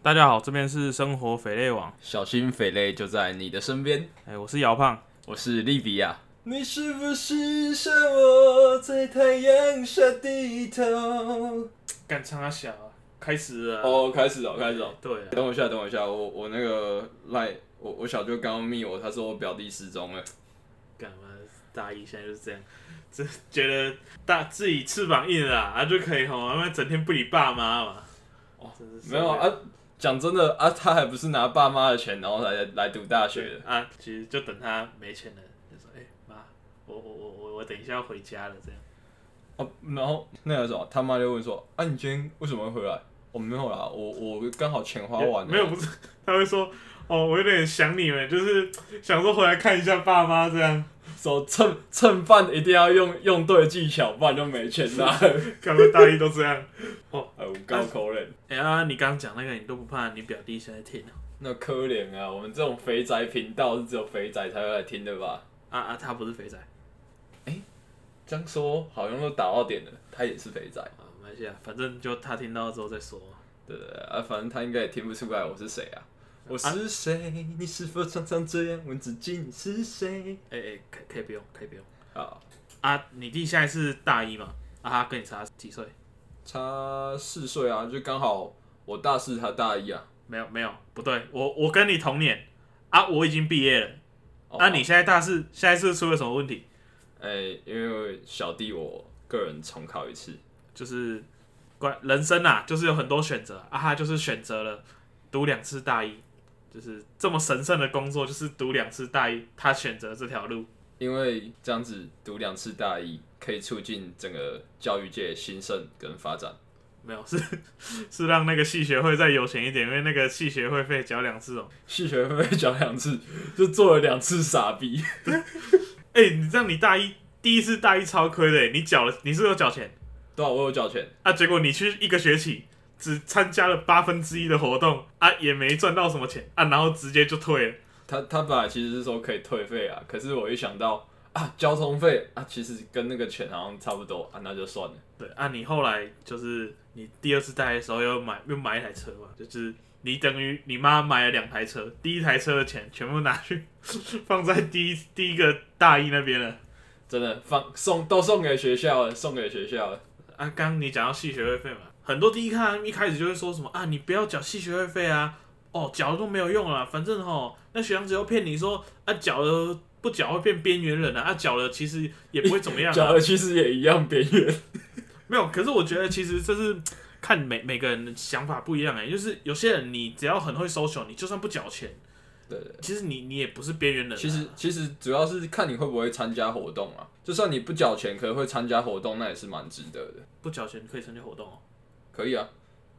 大家好，这边是生活肥类网，小心匪类就在你的身边。哎、我是姚胖，我是利比亚，你是不是像我在太阳下低头？干唱他小、啊，开始了。哦，开始了，开始了。对啊，等我一下，等我一下，我我那个赖，我我小舅刚刚密我，他说我表弟失踪了。干嘛？大一现在就是这样，这觉得大自己翅膀硬了啊，啊就可以吼，他妈整天不理爸妈嘛。哦真是受不没了有啊，讲真的啊，他还不是拿爸妈的钱，然后来来读大学的。啊，其实就等他没钱了，就说哎妈、我我我我我等一下要回家了这样。哦，然后那个什么，他妈就问说，啊，你今天为什么会回来？我、没有啦，我我刚好钱花完了。没有，不是， 他会说哦，我有点想你们，就是想说回来看一下爸妈这样。说蹭蹭饭一定要用用对技巧，不然就没钱拿。干嘛大一都这样？哎，我高口人。哎、啊，你刚刚讲那个你都不怕你表弟现在听啊？那可怜啊，我们这种肥宅频道是只有肥宅才会来听的吧？啊啊，他不是肥仔啊，这样说好像都打到点了，他也是肥宅，没关系啊，反正就他听到之后再说嘛。对不对啊，反正他应该也听不出来我是谁啊。我是谁？你是否常常这样问自己你是谁？哎、哎、可以可以不用，可以不用好，啊。你弟现在是大一嘛？啊，他跟你差几岁？差四岁啊，就刚好我大四，他大一啊。没有没有，不对，我我跟你同年啊，我已经毕业了。哦那、你现在大四，现在是出了什么问题？哎、因为小弟我个人重考一次，就是关人生啊，就是有很多选择啊，他就是选择了读两次大一，就是这么神圣的工作，就是读两次大一，他选择这条路。因为这样子读两次大一，可以促进整个教育界兴盛跟发展。 没有，是 是让那个系学会再有钱一点，因为那个系学会费交两次哦。系学会讲两次，就做了两次傻逼。 哎、你这样你大一第一次大一超亏的，哎你缴了，你是不是有缴钱对啊，我有缴钱，啊？结果你去一个学期只参加了八分之一的活动啊，也没赚到什么钱啊，然后直接就退了。他他本来其实是说可以退费啊，可是我一想到啊交通费啊，其实跟那个钱好像差不多啊，那就算了。对啊，你后来就是你第二次大一的时候又买又买一台车嘛，就是你等于你妈买了两台车，第一台车的钱全部拿去 放在第一第一个大一那边了。真的放送都送给学校了，送给学校了。啊，刚刚你讲到系学会费嘛，很多第一看一开始就会说什么啊，你不要缴系学会费啊，哦，缴了都没有用了，反正吼，那学长只要骗你说啊，缴了不缴会变边缘人啊，啊，缴了其实也不会怎么 样、缴啊，了其实也一样边缘。 没有。可是我觉得其实这是看每每个人的想法不一样哎、就是有些人你只要很会 social，你就算不缴钱，对对，其实你你也不是边缘人啊、其实其实主要是看你会不会参加活动啊，就算你不缴钱，可能会参加活动，那也是蛮值得的。不缴钱可以参加活动哦。可以啊，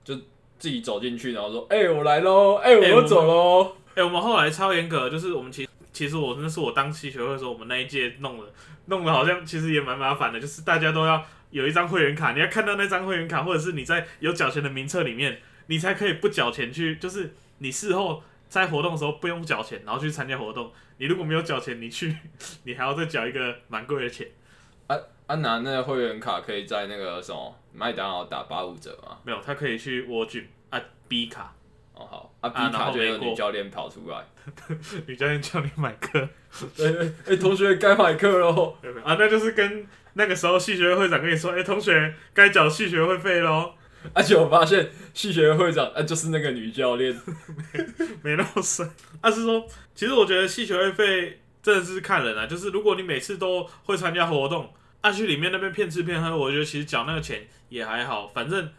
就自己走进去，然后说：“哎、我来喽，哎、我哎我要走喽。哎、我们后来超严格，就是我们其其实我那是我当系学会的时候，我们那一届弄的，弄的好像其实也蛮麻烦的，就是大家都要有一张会员卡，你要看到那张会员卡，或者是你在有缴钱的名册里面，你才可以不缴钱去，就是你事后在活动的时候不用缴钱，然后去参加活动。你如果没有缴钱，你去你还要再缴一个蛮贵的钱，啊，拿那个会员卡可以在那个什么麦当劳打八五折吗？没有，他可以去蜗居啊 B 卡，哦，好，啊啊，B 卡就然有后没过女教练跑出来，女教练叫你买课。 哎、哎、哎同学该买课喽。对啊，那就是跟那个时候系学会会长跟你说，哎、同学该缴系学会费喽，而且我啊发现系学会长啊，就是那个女教 练，没那么深。 啊，是说，其实我觉得系学会费真的是看人啊，就是如果你每次都会参加活动，啊去里面那边骗吃骗喝，我觉得其实缴那个钱也还好，反正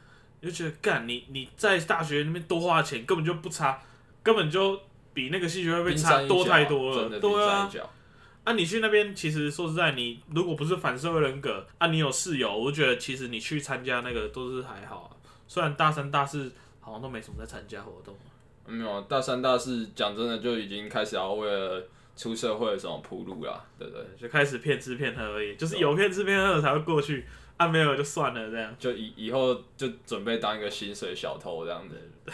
你就觉得干你你在大学那边多花的钱根本就不差，根本就比那个系学会费冰差山一角多太多真了，的冰对啊山一。角。啊，你去那边，其实说实在，你如果不是反社会人格，啊，你有室友，我觉得其实你去参加那个都是还好啊。虽然大三、大四好像都没什么在参加活动，没有，大三大四讲真的就已经开始要为了出社会的什么铺路啦，对不对？就开始骗吃骗喝而已，就是啊有骗吃骗喝的才会过去，啊，没有就算了这样。就以以后就准备当一个薪水小偷这样子。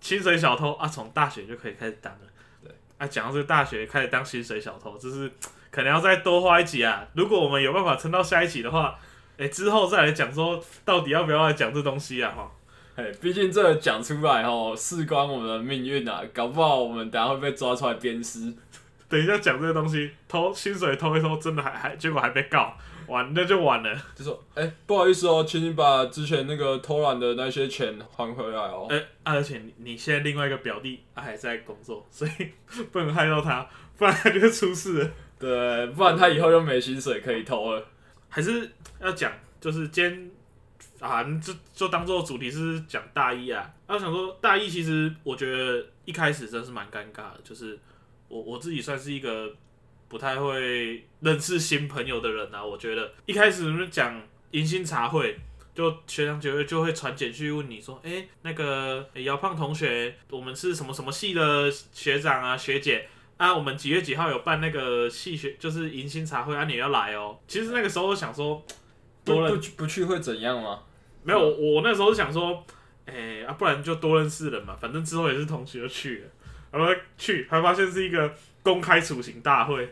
薪水小偷啊，从大学就可以开始当了。对，啊，讲到这个大学开始当薪水小偷，就是可能要再多花一集啊。如果我们有办法撑到下一集的话，哎、之后再来讲说到底要不要来讲这东西啊，哈。哎，毕竟这讲出来哦，事关我们的命运啊，搞不好我们等下会被抓出来鞭尸。等一下讲这个东西，偷薪水偷一偷，真的还还结果还被告，完那就完了。就说，哎、不好意思哦，请你把之前那个偷懒的那些钱还回来哦。哎、啊而且你你现在另外一个表弟、啊、还在工作，所以 不能害到他，不然他就出事了。对，不然他以后就没薪水可以偷了。还是要讲，就是今天啊，就就当做主题是讲大一啊。那我想说，大一其实我觉得一开始真是蛮尴尬的，就是我我自己算是一个不太会认识新朋友的人啊。我觉得一开始我们讲迎新茶会。就学长姐会就会传简讯问你说，哎、那个诶姚胖同学，我们是什么什么系的学长啊学姐啊，我们几月几号有办那个系学就是迎新茶会啊，你要来哦。其实那个时候我想说，不多认不去不去会怎样吗？没有，我我那时候想说，哎、啊，不然就多认识人嘛，反正之后也是同学就去了，然后去还发现是一个公开处刑大会，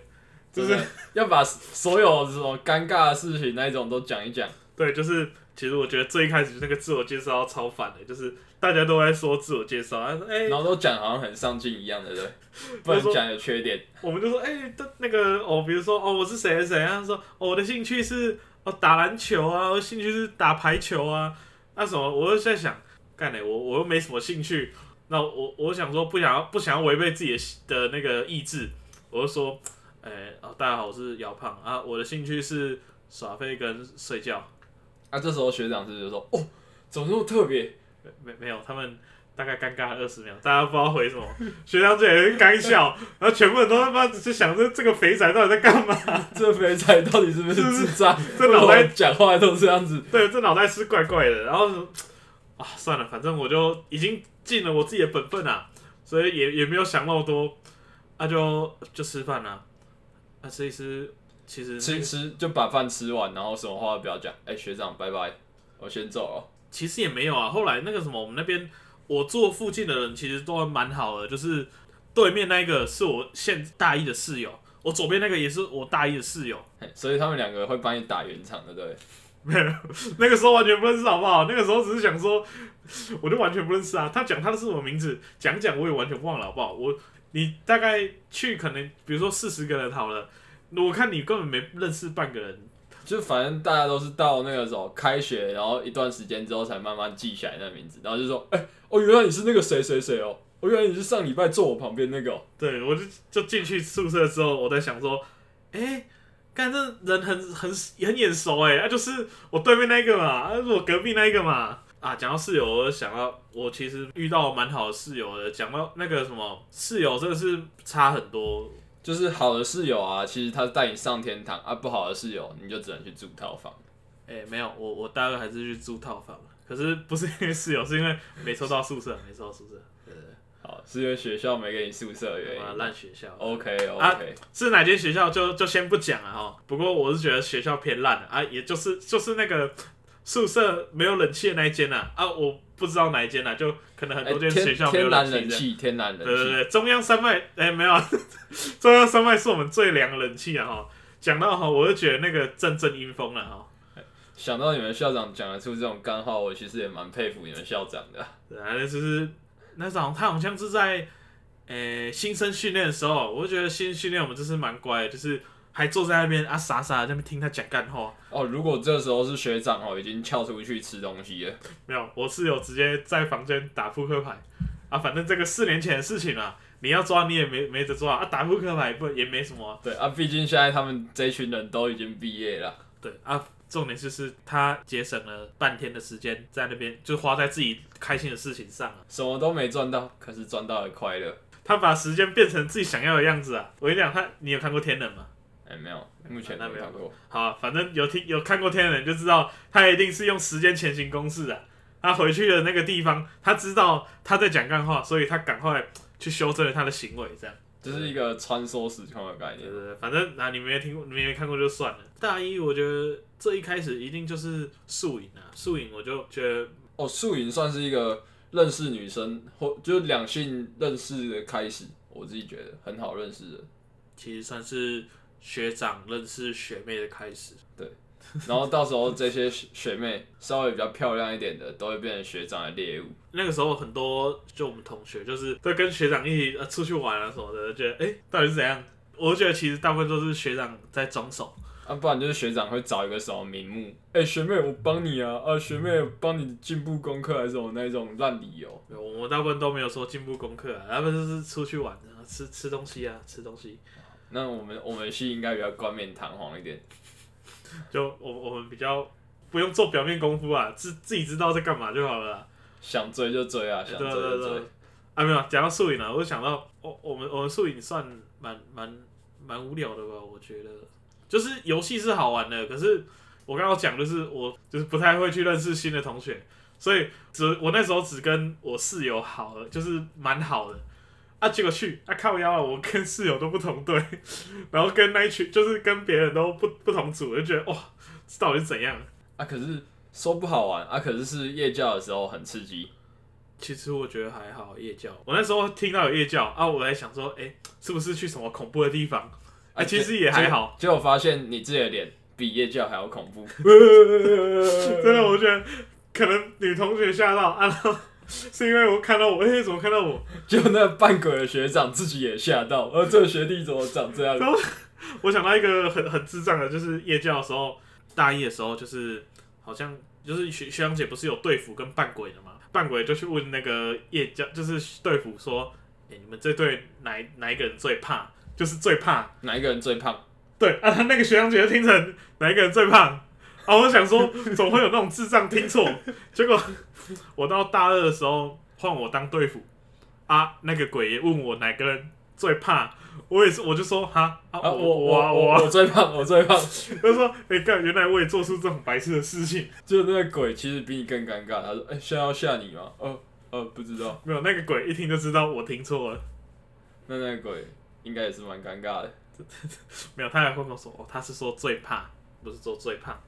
就真是的要把所有这种尴尬的事情那一种都讲一讲。对，就是其实我觉得最一开始那个自我介绍超反的，就是大家都在说自我介绍，他说哎、然后都讲好像很上进一样的， 对不对，不能讲有缺点。我们就说，哎、这那个哦，比如说哦，我是谁谁谁啊，他说、哦、我的兴趣是哦打篮球啊，我的兴趣是打排球啊，那什么，我就在想，干嘞、我我又没什么兴趣，那我我想说不想要不想要违背自己的的那个意志，我就说，哎、哦大家好，我是姚胖啊，我的兴趣是耍废跟睡觉，啊，这时候学长是不是就说：“哦，怎么那么特别没没有，他们大概尴尬了二十秒，大家不知道回什么，学长姐也是干笑，然后全部人都他妈只是想着这个肥仔到底在干嘛。？”这肥仔到底是不是智障？ 这脑袋为什么讲话都这样子。对，这脑袋是怪怪的。然后啊，算了，反正我就已经尽了我自己的本分啦、所以也也没有想那么多，那、就就吃饭啦、啊。吃一吃，其实吃吃就把饭吃完，然后什么话都不要讲。哎、学长，拜拜，我先走了。其实也没有啊。后来那个什么，我们那边我坐附近的人其实都还蛮好的，就是对面那一个是我现大一的室友，我左边那个也是我大一的室友。嘿所以他们两个会帮你打圆场的，对不对？没有， 那个时候完全不认识，好不好？那个时候只是想说，我就完全不认识啊。他讲他的是什么名字，讲讲我也完全忘了，好不好？我你大概去可能，比如说四十个人好了，我看你根本没认识半个人。就反正大家都是到那个时候开学，然后一段时间之后才慢慢记起来那个名字，然后就说：“哎、哦，原来你是那个谁谁谁哦，哦，原来你是上礼拜坐我旁边那个、哦。对我就就进去宿舍之后，我在想说，哎、干这人很很很眼熟哎、啊，就是我对面那个嘛，啊，就是我隔壁那一个嘛。啊，讲到室友，我想到我其实遇到蛮好的室友的。讲到那个什么室友，真的是差很多。就是好的室友啊，其实他带你上天堂啊；不好的室友，你就只能去住套房。哎、没有，我我大二还是去租套房了，啊可是不是因为室友，是因为没抽到宿舍，没抽到宿舍，对对好，是因为学校没给你宿舍的对，原他妈因。烂学校。 OK 啊 OK，、是哪间学校就就先不讲了哈。不过我是觉得学校偏烂的啊，也就是就是那个宿舍没有冷气的那一间呐啊我不知道哪一间呐、就可能很哎多啊间天学校没有天然冷冷气这样。气，天然冷对对气。对，中央山脉哎、没有啊， 中央山脉是我们最凉的冷气啊哈。讲到哈，我就觉得那个阵阵阴风了哈。想到你们校长讲得出这种干话，我其实也蛮佩服你们校长的。对啊，就是那种他好像是在呃、新生训练的时候，我就觉得新训练我们真是蛮乖的，就是还坐在那边啊傻傻的在那边听他讲干话。哦，如果这时候是学长哦，已经翘出去吃东西了。没有，我室友直接在房间打扑克牌啊，反正这个四年前的事情啊，你要抓你也没没得抓啊，打扑克牌不也没什么啊、对啊，毕竟现在他们这一群人都已经毕业了。对啊。重点就是他节省了半天的时间在那边，就花在自己开心的事情上啊。什么都没赚到，可是赚到了快乐。他把时间变成自己想要的样子啊！我跟你讲，他你有看过《天人》吗？哎、没有，目前啊那没没有看过。好、反正有听有看过《天人》就知道，他一定是用时间前行公式啊。他回去的那个地方，他知道他在讲干话，所以他赶快去修正了他的行为，这样。这是一个穿梭时空的概对念。对对，反正啊，你没听过，你没看过就算了。大一我觉得这一开始一定就是宿营啊，宿营我就觉得哦，宿营算是一个认识女生或就是两性认识的开始，我自己觉得 很好认识的。其实算是学长认识学妹的开始。对，然后到时候这些学学妹稍微比较漂亮一点的，都会变成学长的猎物。那个时候很多就我们同学就是在跟学长一起呃出去玩啊什么的，就觉得哎、诶到底是怎样？我就觉得其实大部分都是学长在装熟，啊，不然就是学长会找一个什么名目，哎、学妹我帮你啊，啊学妹我帮你进步功课还是什么那一种烂理由。没有我们大部分都没有说进步功课、啊，他们就是出去玩啊，吃吃东西啊，吃东西。那我们我们系应该比较冠冕堂皇一点，就我我们比较不用做表面功夫啊，自自己知道在干嘛就好了啊。想追就追啊，对想哎对对追就对追。。啊，没有讲到宿营啊，我就想到我我们我们宿营算蛮蛮蛮无聊的吧？我觉得，就是游戏是好玩的，可是我刚刚讲就是我就是不太会去认识新的同学，所以只我那时候只跟我室友好了，就是蛮好的。啊，结果去啊靠腰啊，我跟室友都不同队， 然后跟那一群就是跟别人都不不同组，我就觉得哇，这到底是怎样？啊，可是说不好玩啊，可是是夜教的时候很刺激。其实我觉得还好，夜教。我那时候听到有夜教啊，我还想说，哎、是不是去什么恐怖的地方？ 哎、啊其实也还好。结果结果发现你自己的脸比夜教还要恐怖。 真的，我觉得可能女同学吓到啊，然后是因为我看到我，哎、怎么看到我？就那扮鬼的学长自己也吓到，呃，这个学弟怎么长 这样？我想到一个很很智障的，就是夜教的时候，大一的时候，就是好像就是学学长姐不是有队服跟扮鬼的嘛？扮鬼就去问那个夜教，就是队服说，哎、你们这队哪一哪一个人最怕？就是最怕哪一个人最胖？对啊，那个学长姐就听成哪一个人最胖啊？我想说，总会有那种智障听错。结果我到大二的时候换我当队服啊，那个鬼也问我哪个人最怕，我也是，我就说哈啊啊，我我我啊我我啊，我最胖，我最胖。他说哎干、原来我也做出这种白痴的事情。就那个鬼其实比你更尴尬，他说：“哎、现在要吓你吗？”呃呃，不知道。没有那个鬼一听就知道我听错了，那那个鬼应该也是蛮尴尬的。没有他还会跟我说哦，他是说最怕，不是说最胖。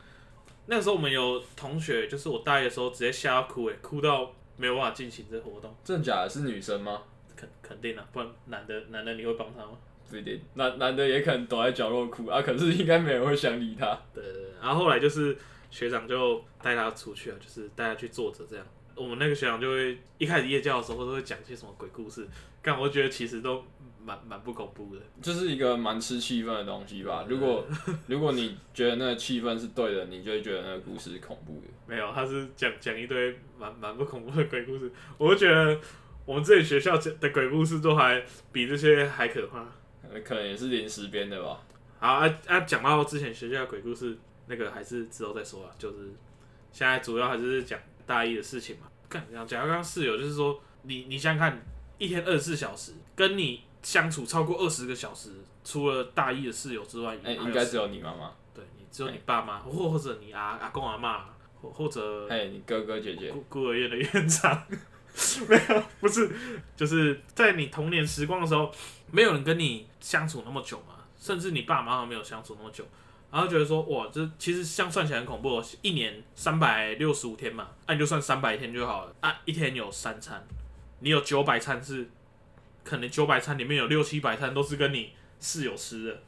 那个时候我们有同学，就是我大一的时候直接吓到哭、欸，哭到没有办法进行这个活动。真的假的？是女生吗？肯肯定啊，不然男的男的你会帮他吗？不一定，男男的也可能躲在角落哭啊，可是应该没人会想理他。对对对，啊然后后来就是学长就带他出去啊，就是带他去坐着这样。我们那个学长就会一开始夜教的时候都会讲些什么鬼故事，但我觉得其实都蛮蛮不恐怖的。就是一个蛮吃气氛的东西吧。如果如果你觉得那个气氛是对的，你就会觉得那个故事是恐怖的。没有，他是讲讲一堆蛮蛮不恐怖的鬼故事，我就觉得我们自己学校的鬼故事都还比这些还可怕。呃可能也是临时编的吧。好啊啊，讲、到之前学校的鬼故事，那个还是之后再说啊。就是现在主要还是讲大一的事情嘛。看，讲讲到刚刚室友，就是说你你想想看，一天二十四小时，跟你相处超过二十个小时，除了大一的室友之外，哎、还有应该谁只有你妈妈，对你只有你爸妈，或或者你阿阿公阿妈，或或者还有哎你哥哥姐姐。孤孤儿院的院长。 没有，不是，就是在你童年时光的时候，没有人跟你相处那么久嘛，甚至你爸妈都没有相处那么久，然后觉得说，哇，这其实像算起来很恐怖哦，一年三百六十五天嘛，啊那、你就算三百天就好了，啊，一天有三餐，你有九百餐是，可能九百餐里面有六七百餐都是跟你室友吃的，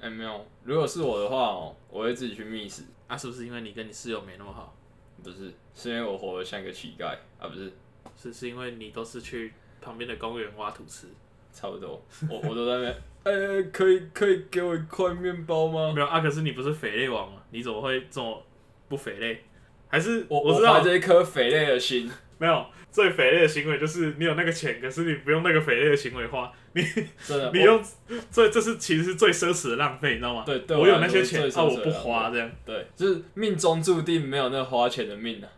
哎、没有，如果是我的话哦，我会自己去觅食。啊，是不是因为你跟你室友没那么好？不是，是因为我活得像个乞丐啊，不是，是是因为你都是去旁边的公园挖土吃？差不多。我我都在那边， 哎、可以可以给我一块面包吗？没有啊，可是你不是肥类王吗？你怎么会这么不肥类？还是我我知怀道着一颗肥累的心，没有最肥类的行为就是你有那个钱，可是你不用那个肥类的行为花，你 真的，你我用这这是其实是最奢侈的浪费，你知道吗？对对我我有来那说些是钱最啊，奢侈我的不浪花这样。对，就是命中注定没有那花钱的命啊。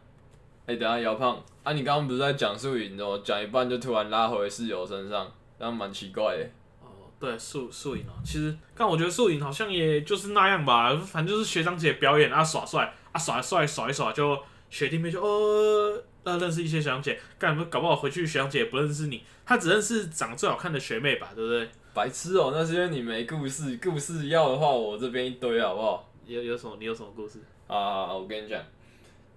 哎、等一下姚胖啊，你刚刚不是在讲宿营的哦，讲一半就突然拉回室友身上，这样蛮奇怪的。哦，对，素素影哦，其实但我觉得素影好像也就是那样吧，反正就是学长姐表演啊耍帅啊耍帅耍一耍就学弟妹就哦，呃认识一些学长姐，干搞不好回去学长姐也不认识你，她只认识长得最好看的学妹吧，对不对？白痴哦、那是因为你没故事，故事要的话我这边一堆好不好？有有什么你有什么故事？啊，我跟你讲，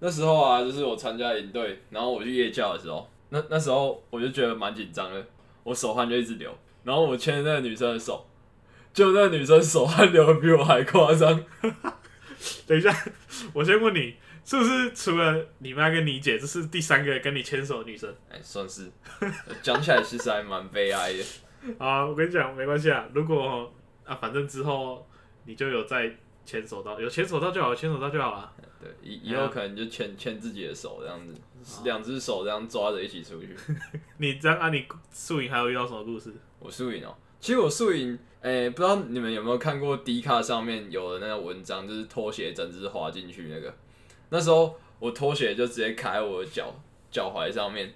那时候啊，就是我参加营队，然后我去夜教的时候，那那时候我就觉得蛮紧张的，我手汗就一直流，然后我牵着那个女生的手，就那个女生手汗流的比我还夸张，等一下， 我先问你，是不是除了你妈跟你姐，这是第三个跟你牵手的女生？哎，算是讲起来其实还蛮悲哀的。啊，我跟你讲，没关系啊。如果哦啊，反正之后你就有再牵手到，有牵手到就好，牵手到就好啊。对，以以后可能就牵牵自己的手这样子，两只手这样抓着一起出去。你这样啊，你宿营还有遇到什么故事？我宿营哦，其实我宿营，哎、不知道你们有没有看过 D 卡上面有的那个文章，就是拖鞋整只滑进去那个。那时候我拖鞋就直接卡在我的脚脚踝上面，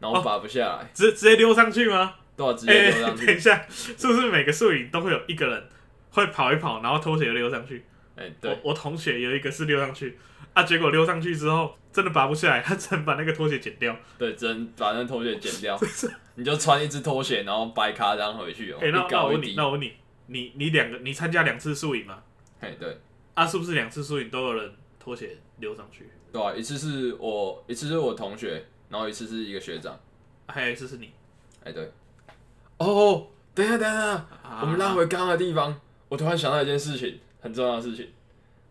然后拔不下来，直直接溜上去吗？都要直接哎、丢上去。等一下，是不是每个宿营都会有一个人会跑一跑，然后拖鞋溜上去？哎、对我，我同学有一个是溜上去啊，结果溜上去之后真的拔不下来，他只能把那个拖鞋剪掉。对，只能把那拖鞋剪 掉，你就穿一只拖鞋，然后白卡这样回去哦、哎、那一那我高一问你，低那。我问你，你你两个你参加两次宿营嘛？哎、对，啊，是不是两次宿营都有人拖鞋溜上去？对啊，一次是我，一次是我同学，然后一次是一个学长。啊还有一次是你，哎、对，哦，等一下，等一下，等一下。啊我们拉回刚刚的地方，我突然想到一件事情，很重要的事情。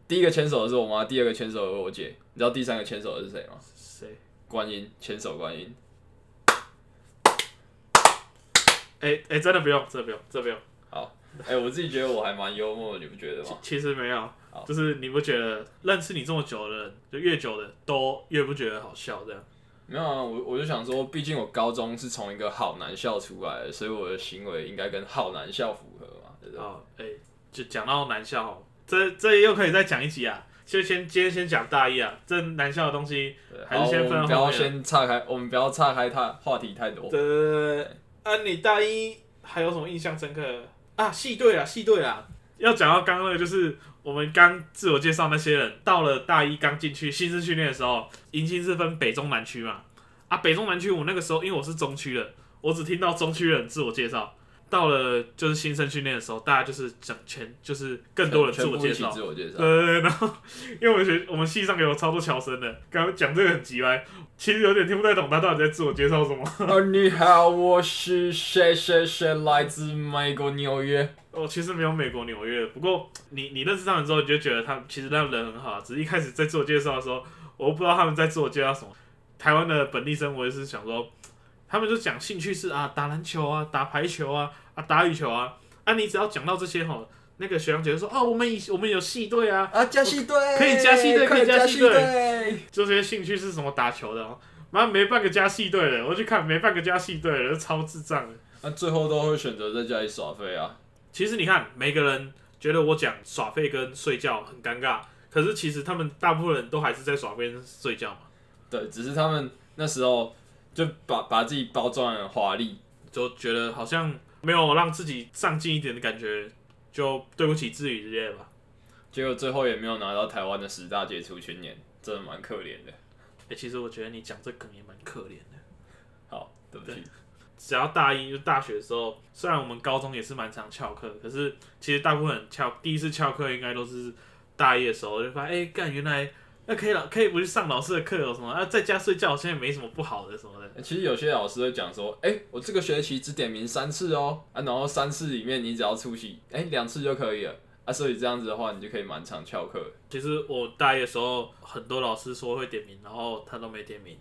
第一个牵手的是我妈，第二个牵手的是我姐，你知道第三个牵手的是谁吗？谁？观音，牵手观音。哎、哎、真的不用，真的不用，真的不用。哎、我自己觉得我还蛮幽默的，你不觉得其吗？其实没有好，就是你不觉得认识你这么久的人，就越久的都越不觉得好笑这样？没有啊，我我就想说，毕竟我高中是从一个好男校出来的，所以我的行为应该跟好男校符合嘛，对不对？哦，哎、就讲到男校哦，这这又可以再讲一集啊。就先今天先讲大一啊，这男校的东西对还是好，先我分到们不后要面。先岔开，我们不要岔开他话题太多。对啊，你大一还有什么印象深刻啊？系队啦，系队啊啦。要讲到刚刚那个，就是我们刚自我介绍那些人，到了大一刚进去新生训练的时候，迎新是分北中南区嘛。啊，北中南区我那个时候因为我是中区的，我只听到中区人自我介绍。到了就是新生训练的时候，大家就是整全，就是更多人自全我部介一起啊绍。自我介绍。 对对对，然后因为我们学我们系上有超多乔生的，刚刚讲这个很急歪，其实有点听不太懂他到底在自我介绍什么。啊，你好，我是谁谁谁，来自美国纽约。我哦其实没有美国纽约，不过你你认识他们之后，你就觉得他们其实那人很好。只是一开始在自我介绍的时候，我都不知道他们在自我介绍什么。台湾的本地生，我也是想说，他们就讲兴趣是啊，打篮球啊，打排球啊，啊打羽球啊。啊，你只要讲到这些吼，那个学长姐就说哦，我们以我们有系队啊，啊，加戏队可以加戏队快可以点加加戏队队。这些兴趣是什么打球的哦。妈没半个加系队的，我去看没半个加系队的，超智障的。那、最后都会选择在家里耍废啊。其实你看，每个人觉得我讲耍废跟睡觉很尴尬，可是其实他们大部分人都还是在耍废跟睡觉嘛。对，只是他们那时候就把把自己包装得很华丽。就觉得好像没有让自己上进一点的感觉，就对不起自己之类的吧。结果最后也没有拿到台湾的十大杰出青年，真的蛮可怜的。哎、其实我觉得你讲这梗也蛮可怜的。好，对不起，只要大一就大学的时候，虽然我们高中也是蛮常翘课，可是其实大部分人翘第一次翘课应该都是大一的时候，就发现哎干、原来那可以老可以不去上老师的课有什么啊，在家睡觉好像也没什么不好的什么的。其实有些老师会讲说，哎、我这个学期只点名三次哦，啊，然后三次里面你只要出席，哎、两次就可以了，啊，所以这样子的话，你就可以满场翘课。其实我大一的时候，很多老师说会点名，然后他都没点名。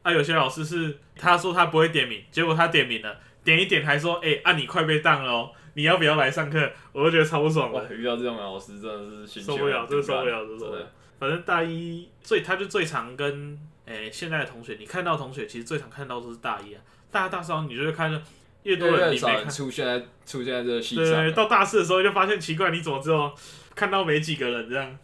啊，有些老师是他说他不会点名，结果他点名了，点一点还说，哎、啊你快被当了哦，你要不要来上课？我就觉得超不爽哇啊的，，遇到这种老师真的是心情受不了，很真的受不了，真堵的受不烂了。反正大一最他就最常跟哎、现在的同学，你看到同学其实最常看到都是大一啊，大大三你就会看到越真多人的。越来越你少没人看，出现在出现在这个戏上对，了。到大四的时候就发现奇怪，你怎么只有看到没几个人这样？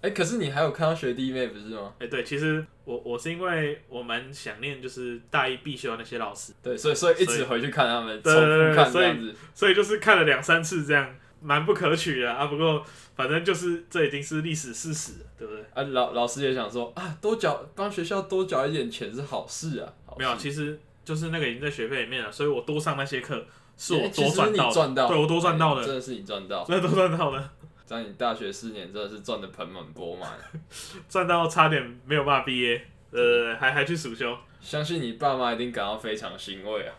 哎、可是你还有看到学弟妹不是吗？哎、对，其实我我是因为我蛮想念就是大一必修的那些老师，对，所以所以一所以直回去看他们，重对对对复看所这以样子。所以就是看了两三次这样，蛮不可取的啊。不过反正就是这已经是历史事实了，对不对？啊，老老师也想说啊，多缴帮学校多缴一点钱是好事啊。好事没有，其实就是那个已经在学费里面了，所以我多上那些课是我哎其多实赚你到的，赚到，对我多赚到哎的，真的是你赚到。真的都赚到了，这样你大学四年真的是赚的盆满钵满。赚到差点没有办法毕业，呃，还还去暑修，相信你爸妈一定感到非常欣慰啊。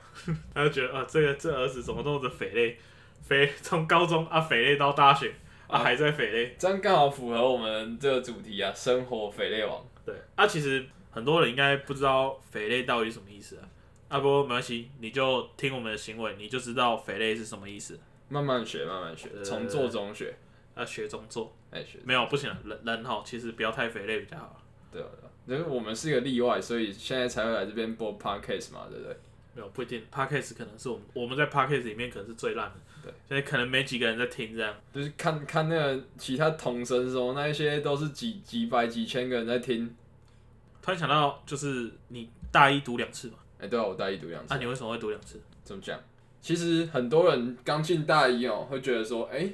他就觉得啊，这个这儿子怎么那么的肥嘞？肥从高中啊肥嘞到大学，啊，哦还在匪类。这样刚好符合我们这个主题啊，生活肥类王。对，啊，其实很多人应该不知道肥类到底是什么意思啊。啊，不过没关系，你就听我们的行为，你就知道肥类是什么意思。慢慢学，慢慢学，对从做中学。啊，学中做哎，学没有不行啊，人人哈，其实不要太肥类比较好。对啊，对啊因为我们是一个例外，所以现在才会来这边播 podcast 嘛，对不对？没有不一定 p a d k a s 可能是我们我们在 p a d k a s 里面可能是最烂的，对，所以可能没几个人在听这样。就是看看那个其他同声说，那一些都是几几百几千个人在听。突然想到，就是你大一读两次嘛，哎、对啊，我大一读两次啊，，你为什么会读两次？怎么讲？其实很多人刚进大一哦、会觉得说，哎、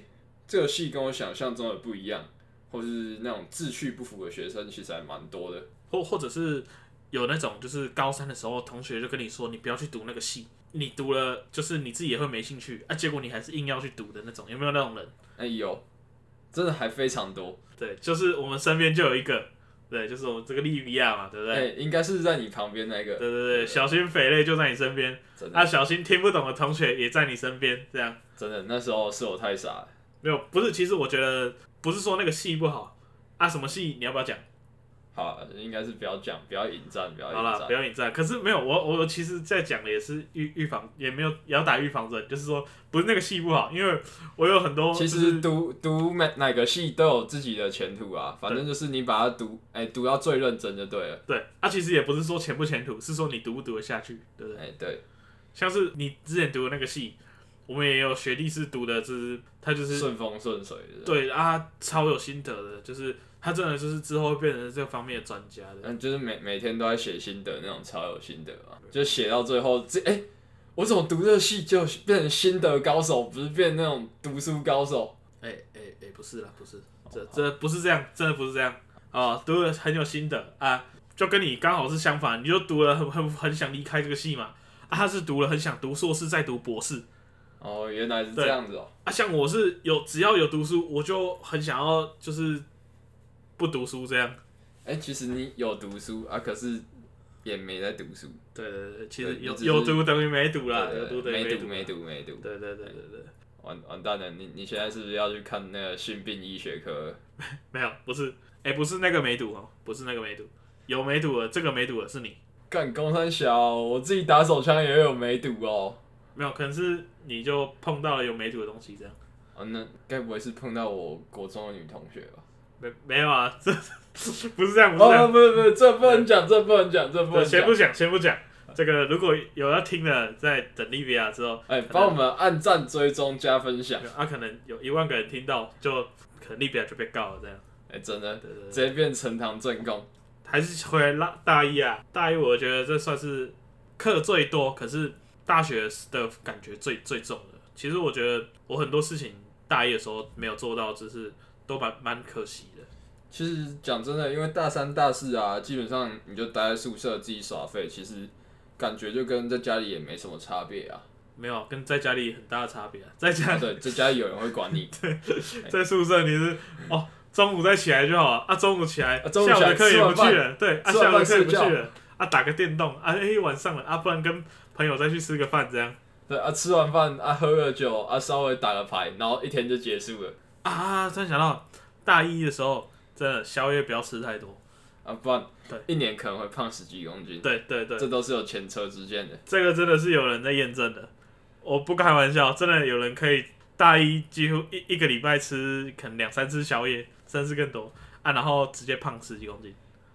这个系跟我想象中的不一样，或是那种志趣不符的学生，其实还蛮多的。或或者是有那种就是高三的时候，同学就跟你说你不要去读那个系，你读了就是你自己也会没兴趣啊，结果你还是硬要去读的那种，有没有那种人？哎、有，真的还非常多。对，就是我们身边就有一个，对，就是我们这个利比亚嘛，对不哎、对？应该是在你旁边那个，对对对，小心匪类就在你身边，真的、啊，小心听不懂的同学也在你身边，这样真的，那时候是我太傻了。没有？不是，其实我觉得不是说那个系不好啊，什么系你要不要讲？好，应该是不要讲，不要引战，不要好引了，战不。要引战。可是没有，我我其实在讲的也是预预防，也没有也要打预防针，就是说不是那个戏不好，因为我有很多、就其实是读读每哪个系都有自己的前途啊，反正就是你把它读，哎、读到最认真就对了。对，啊，其实也不是说前不前途，是说你读不读得下去，对不对？哎、对，像是你之前读的那个戏，我们也有学弟是读的，就是他就是顺风顺水的。对啊，超有心得的，就是他真的就是之后会变成这方面的专家的。嗯，就是每每天都在写心得那种，超有心得啊，就写到最后，这哎、我怎么读这个系就变成心得高手，不是变那种读书高手？哎哎哎，不是啦，不是，哦这这不是这样，真的不是这样啊，读了很有心得啊，就跟你刚好是相反，你就读了很很很想离开这个系嘛，啊，他是读了很想读硕士再读博士哦，原来是这样子哦、啊，像我是有只要有读书，我就很想要就是不读书这样，哎、其实你有读书啊，可是也没在读书，对对对，其实对有你只是有读等于没读啦，有读对等于没读，没，读没读，对对对对对， 完完蛋了，你你现在是不是要去看那个性病医学科？没有，不是，哎，不是那个没读哦，不是那个没读，有没读的，这个没读的是你。干工三小，我自己打手枪也有梅毒哦。没有，可能是你就碰到了有没读的东西，这样啊，那该不会是碰到我国中的女同学吧？没没有啊？ 这不是这样，不是这哦，样。不是不是，这不能讲，这不能讲，这不对能先讲不。讲，先不讲。这个如果有要听的，在等利比亚之后，哎，帮我们按赞、追踪、加分享。啊，可能有一万个人听到，就可能利比亚就被告了这样。哎，真的，对对直对，接变呈堂证供。还是回来拉大一啊，大一我觉得这算是课最多，可是大学的感觉最最重的。其实我觉得我很多事情大一的时候没有做到，就是都蛮蛮可惜的。其实讲真的，因为大三、大四啊，基本上你就待在宿舍自己耍废，其实感觉就跟在家里也没什么差别 啊。没有跟在家里很大的差别、啊，在家啊对，在家里有人会管你，哎在宿舍你是哦，中午再起来就好了啊，中午起来，啊中午起来下午的课也不吃完去饭了，对，啊，吃完下午的饭课也不去睡觉了，啊，打个电动，啊，哎、晚上了，啊，不然跟朋友再去吃个饭这样对啊，吃完饭啊，喝个酒啊，稍微打个牌，然后一天就结束了。啊，突然想到大一的时候，真的宵夜不要吃太多，啊，不然对一年可能会胖十几公斤，对对对，这都是有前车之鉴的。这个真的是有人在验证的，我不开玩笑，真的有人可以大一几乎一一个礼拜吃可能两三次宵夜，甚至更多啊，然后直接胖十几公斤，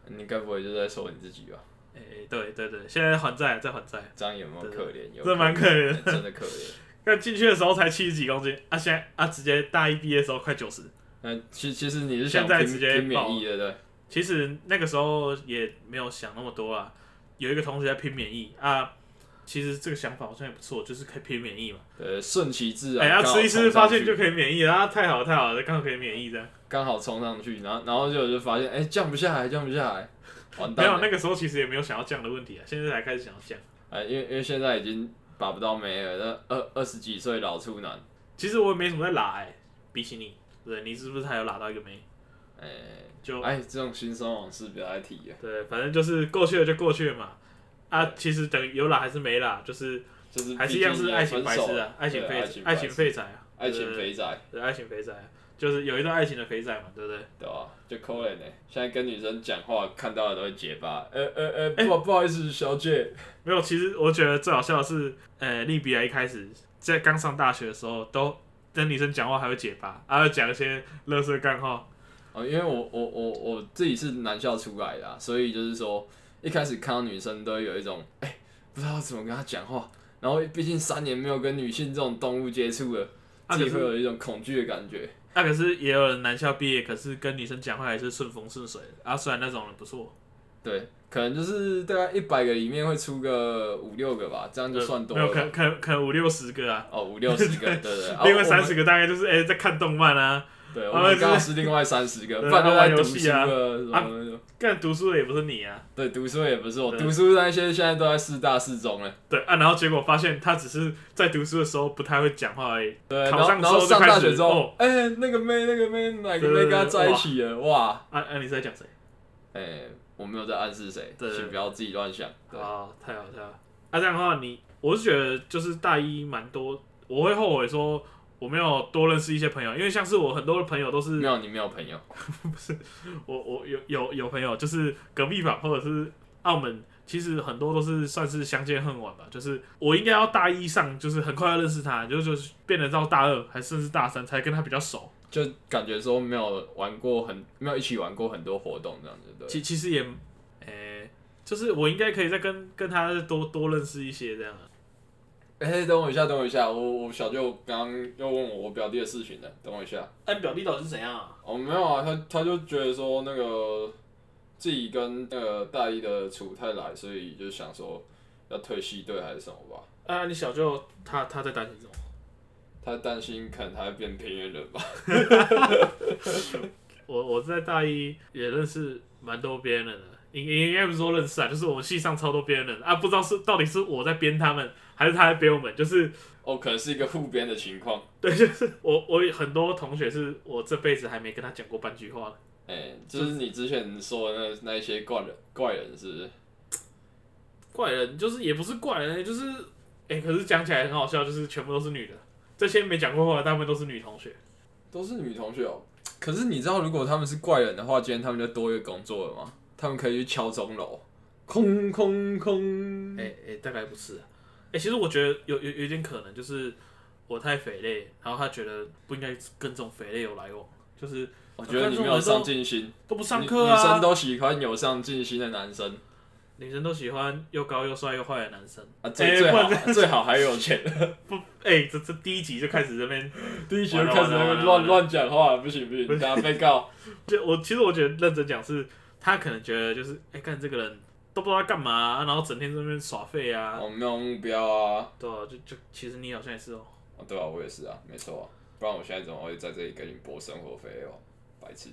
你该不会就在说你自己吧？哎、对对对，现在还债，在还债。这样有没有可怜？有这蛮可怜哎真的可怜。那进去的时候才七十几公斤，啊，现在啊，直接大一毕业的时候快九十。那其其实你是想现在拼直接拼免爆疫的，对？其实那个时候也没有想那么多啊。有一个同学在拼免疫啊，其实这个想法好像也不错，就是可以拼免疫嘛。呃，顺其自哎然。呀、刚好吃一吃冲上发去现就可以免疫了，啊，太好了太好了，刚好可以免疫这样。刚好冲上去，然后然后就就发现，哎，降不下来，降不下来，完没有蛋了。那个时候其实也没有想要降的问题啊，现在才开始想要降。哎，因为因为现在已经把不到妹了，那二二十几岁老处男，其实我也没什么在拉哎、比起你，对你是不是还有拉到一个没？哎，就哎，这种心酸往事不要再提了，对，反正就是过去了就过去了嘛。啊，其实等于有拉还是没拉，就是就是还是毕一竟样是也爱情分白手痴了啊，爱情对废情爱爱情废宅啊，爱情肥宅。对，爱情肥宅啊，就是有一段爱情的肥仔嘛，对不对？对吧、就扣脸呢，现在跟女生讲话看到的都会结巴，呃呃呃，哎不好、不好意思，小姐，没有，其实我觉得最好笑的是，呃，利比亚一开始在刚上大学的时候，都跟女生讲话还会结巴，还会讲一些垃圾干话。哦，因为我我我我自己是男校出来的、啊，所以就是说一开始看到女生都会有一种哎、不知道怎么跟她讲话，然后毕竟三年没有跟女性这种动物接触了，啊自己可是会有一种恐惧的感觉。那、啊可是也有人男校毕业，可是跟女生讲话还是顺风顺水的啊。虽然那种人不错，对，可能就是大概一百个里面会出个五六个吧，这样就算多呃没了有，可吧。可可能五六十个啊，哦，五六 十个，对对对，啊另外我三们十个大概就是哎、在看动漫啊，对，我啊们就是刚好是另外三十个，对不然都啊玩在游读戏书啊了什啊么的。干读书的也不是你啊，对，读书也不是我，对读书那些现在都在四大四中了。对啊，然后结果发现他只是在读书的时候不太会讲话而已，对，然考后上然之后后就上开大始学之哦后，哎，那个妹，那个妹，哪个妹对对跟她对在一起了？哇，啊啊，你是在讲谁？哎，我没有在暗示谁，对对请不要自己乱想。对，啊，太好太好。啊，这样的话你，我是觉得就是大一蛮多，我会后悔说我没有多认识一些朋友，因为像是我很多的朋友都没是有，你没有朋友。我我有有有朋友就是隔壁房或者是澳门，其实很多都是算是相见恨晚吧。就是我应该要大一上，就是很快要认识他，就就是变得到大二还甚至大三才跟他比较熟。就感觉说没有玩过很没有一起玩过很多活动这样子，对。其其实也，诶、就是我应该可以再跟跟他多多认识一些这样啊。哎、等我一下，等我一下，我我小舅刚刚又问我我表弟的事情了，等我一下。哎、表弟到底是怎样啊？哦，没有啊，他他就觉得说那个自己跟那个大一的楚太来，所以就想说要退系队还是什么吧。啊，你小舅他他在担心什么？他担心可能他会变边缘人吧。 我我在大一也认识蛮多边缘人的，应应该不是说认识啊，就是我们系上超多边缘人的啊，不知道是到底是我在编他们，还是他在编我们，就是 哦，可能是一个互编的情况。我我有很多同学是我这辈子还没跟他讲过半句话的，哎、就是你之前说的那那一些怪人怪人是不是？怪人就是也不是怪人，就是哎、可是讲起来很好笑，就是全部都是女的，这些没讲过话的大部分都是女同学，都是女同学哦。可是你知道，如果他们是怪人的话，今天他们就多一个工作了吗？他们可以去敲钟楼，空空空。哎、哎、大概不是、啊，哎、其实我觉得有有有一点可能就是我太肥类，然后他觉得不应该跟这种肥类有来往，就是我觉得你没有上进心，都不上课啊，女女生都喜欢有上进心的男生女生都喜欢又高又帅又坏的男生。啊，最、哎最不然好最好还有钱。不，哎、这这第一集就开始这边， 第一集就完了开始在那完了边完乱了乱讲话，不行不行，大家被 告。就我其实我觉得认真讲是，他可能觉得就是，哎、看这个人都不知道他干嘛、啊然后整天在那边耍废啊，我哦没有目标啊，对啊，就就其实你好像也是哦、哦对啊，我也是啊，没错啊，不然我现在怎么会在这里跟你搏生活费哦，白痴。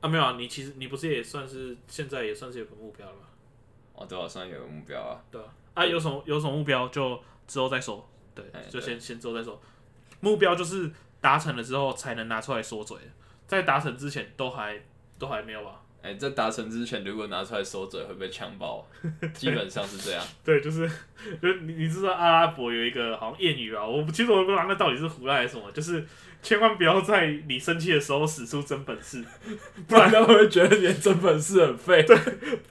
啊，没有啊，你其实你不是也算是现在也算是有个目标了吗？哦对啊，算有个目标啊，对啊，啊，有什么有什么目标就之后再说，对哎，就对先先之后再说。目标就是达成了之后才能拿出来说嘴，在达成之前都还都还没有吧？ 哎、在达成之前，如果拿出来收嘴，会被强 暴，基本上是这样。对，就是，就是你你知道阿拉伯有一个好像谚语啊吧？我不其实我不知道那到底是胡乱还是什么，就是千万不要在你生气的时候使出真本事，不然他们会觉得你的真本事很废。 对，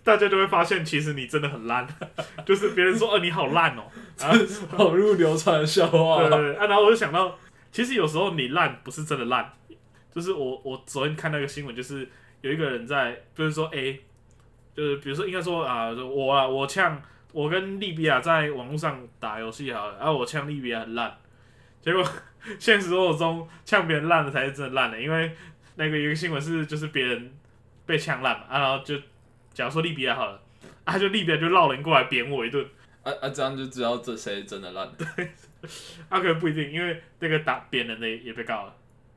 大家就会发现其实你真的很烂， 就是别人说哦、你好烂哦、网络流传的笑话对对对啊，然后我就想到，其实有时候你烂不是真的烂，就是我我昨天看那个新闻，就是有一个人在，就是说，哎、就是比如说应该说啊、我啊，我呛我跟利比亚在网络上打游戏好了，然、后我呛利比亚很烂，结果 现实生活中呛别人烂的才是真的烂的，因为那个有一个新闻是就是别人被呛烂嘛，啊、然后就假如说利比亚好了，啊就利比亚就绕人过来扁我一顿。啊啊，这样就知道这谁真的烂。啊，可能不一定，因为那个打扁人的也也被告了，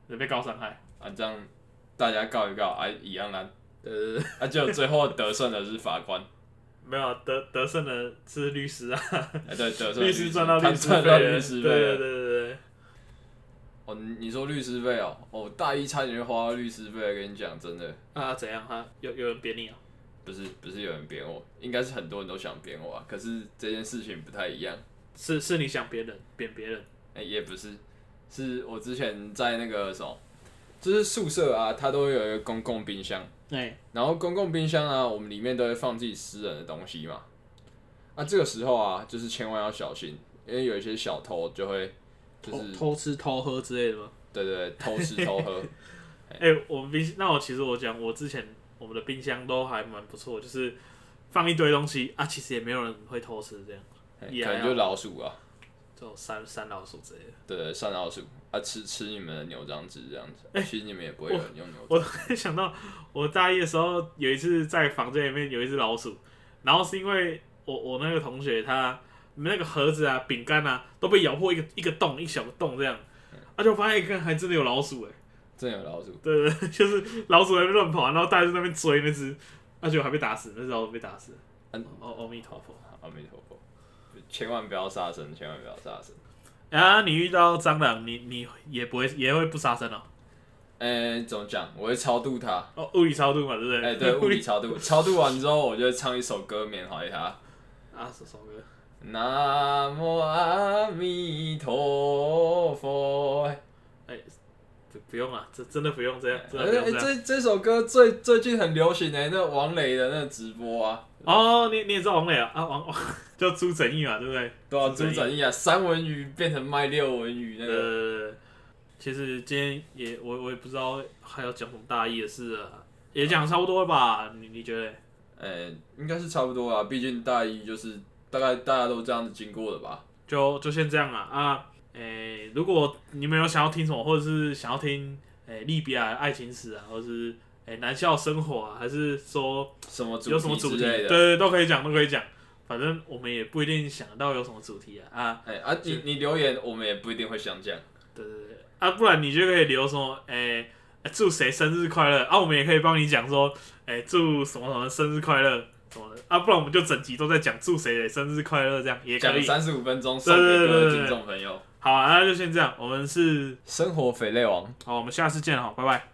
也被告伤害。啊，这样大家告一告，啊，一样烂。呃，啊，结果最后得胜的是法官。没有啊得得胜的是律师啊，哎、对，得胜的 律师师赚到他律师赚费啊到了，律对师对对费了。对对。哦，你你说律师费哦，哦，我大一差点就花到律师费了，跟你讲，真的。啊，怎样啊？有有人扁你啊？不是不是有人扁我，应该是很多人都想扁我啊。可是这件事情不太一样，是是你想扁人，扁别人哎、也不是，是我之前在那个什么就是宿舍啊，它都会有一个公共冰箱，哎，然后公共冰箱呢、我们里面都会放自己私人的东西嘛。那、这个时候啊，就是千万要小心，因为有一些小偷就会，就偷是偷吃偷喝之类的吗？对对对，偷吃偷喝。哎、我们冰箱那我其实我讲，我之前我们的冰箱都还蛮不错，就是放一堆东西啊，其实也没有人会偷吃这样，嘿也可还能好就老鼠啊，就三三老鼠之类的。对，上老鼠啊，吃吃你们的牛樟汁这样子，其实你们也不会有人用牛樟我突然 想到，我大一的时候有一次在房间里面有一只老鼠，然后是因为我我那个同学他那个盒子啊、饼干啊都被咬破一个一个洞，一小个洞这样，他、就发现一看还真的有老鼠哎、真的有老鼠，对对 对，就是老鼠在那边乱跑，然后大家就在那边追那只，那、结果还被打死，那只老鼠被打死。嗯哦，阿弥陀佛。阿弥陀佛，千万不要杀生，千万不要杀生。啊，你遇到蟑螂，你你也不会也会不杀生哦，呃，怎么讲？我会超度它，哦，物理超度嘛，对不对？哎、对， 物理超度，超度完之后，我就唱一首歌缅怀他。啊，什什么歌？南无阿弥陀佛。不不用啊，这真的不用这样，真的哎、不用这样。这这首歌最最近很流行哎、那王磊的那个直播啊，哦，你你也知道王磊啊？啊，王王 叫朱正义嘛，对不对？对啊，朱朱正义正义啊，三文鱼变成卖六文鱼那个，呃，其实今天也我我也不知道还要讲什么大意的事了，啊也讲差不多了吧？你你觉得嘞？呃、应该是差不多啊，毕竟大一就是大概大家都这样子经过的吧。就就先这样了啊。诶、如果你们有想要听什么，或者是想要听诶利、比亚的爱情史啊，或者是诶、男校生活啊，还是说什么主有什么题主之题，类对的？对，都可以讲，都可以讲。反正我们也不一定想得到有什么主题啊啊。哎、啊，你你留言我们也不一定会想讲。对对对，啊，不然你就可以留什么，哎、呃祝谁生日快乐啊？我们也可以帮你讲说，哎、祝什么什么生日快乐什么的啊？不然我们就整集都在讲祝谁谁生日快乐，这样也可讲以。三十五分钟送给各位听众朋友。好啊，那就先这样，我们是生活肥类王。好，我们下次见哈，拜拜。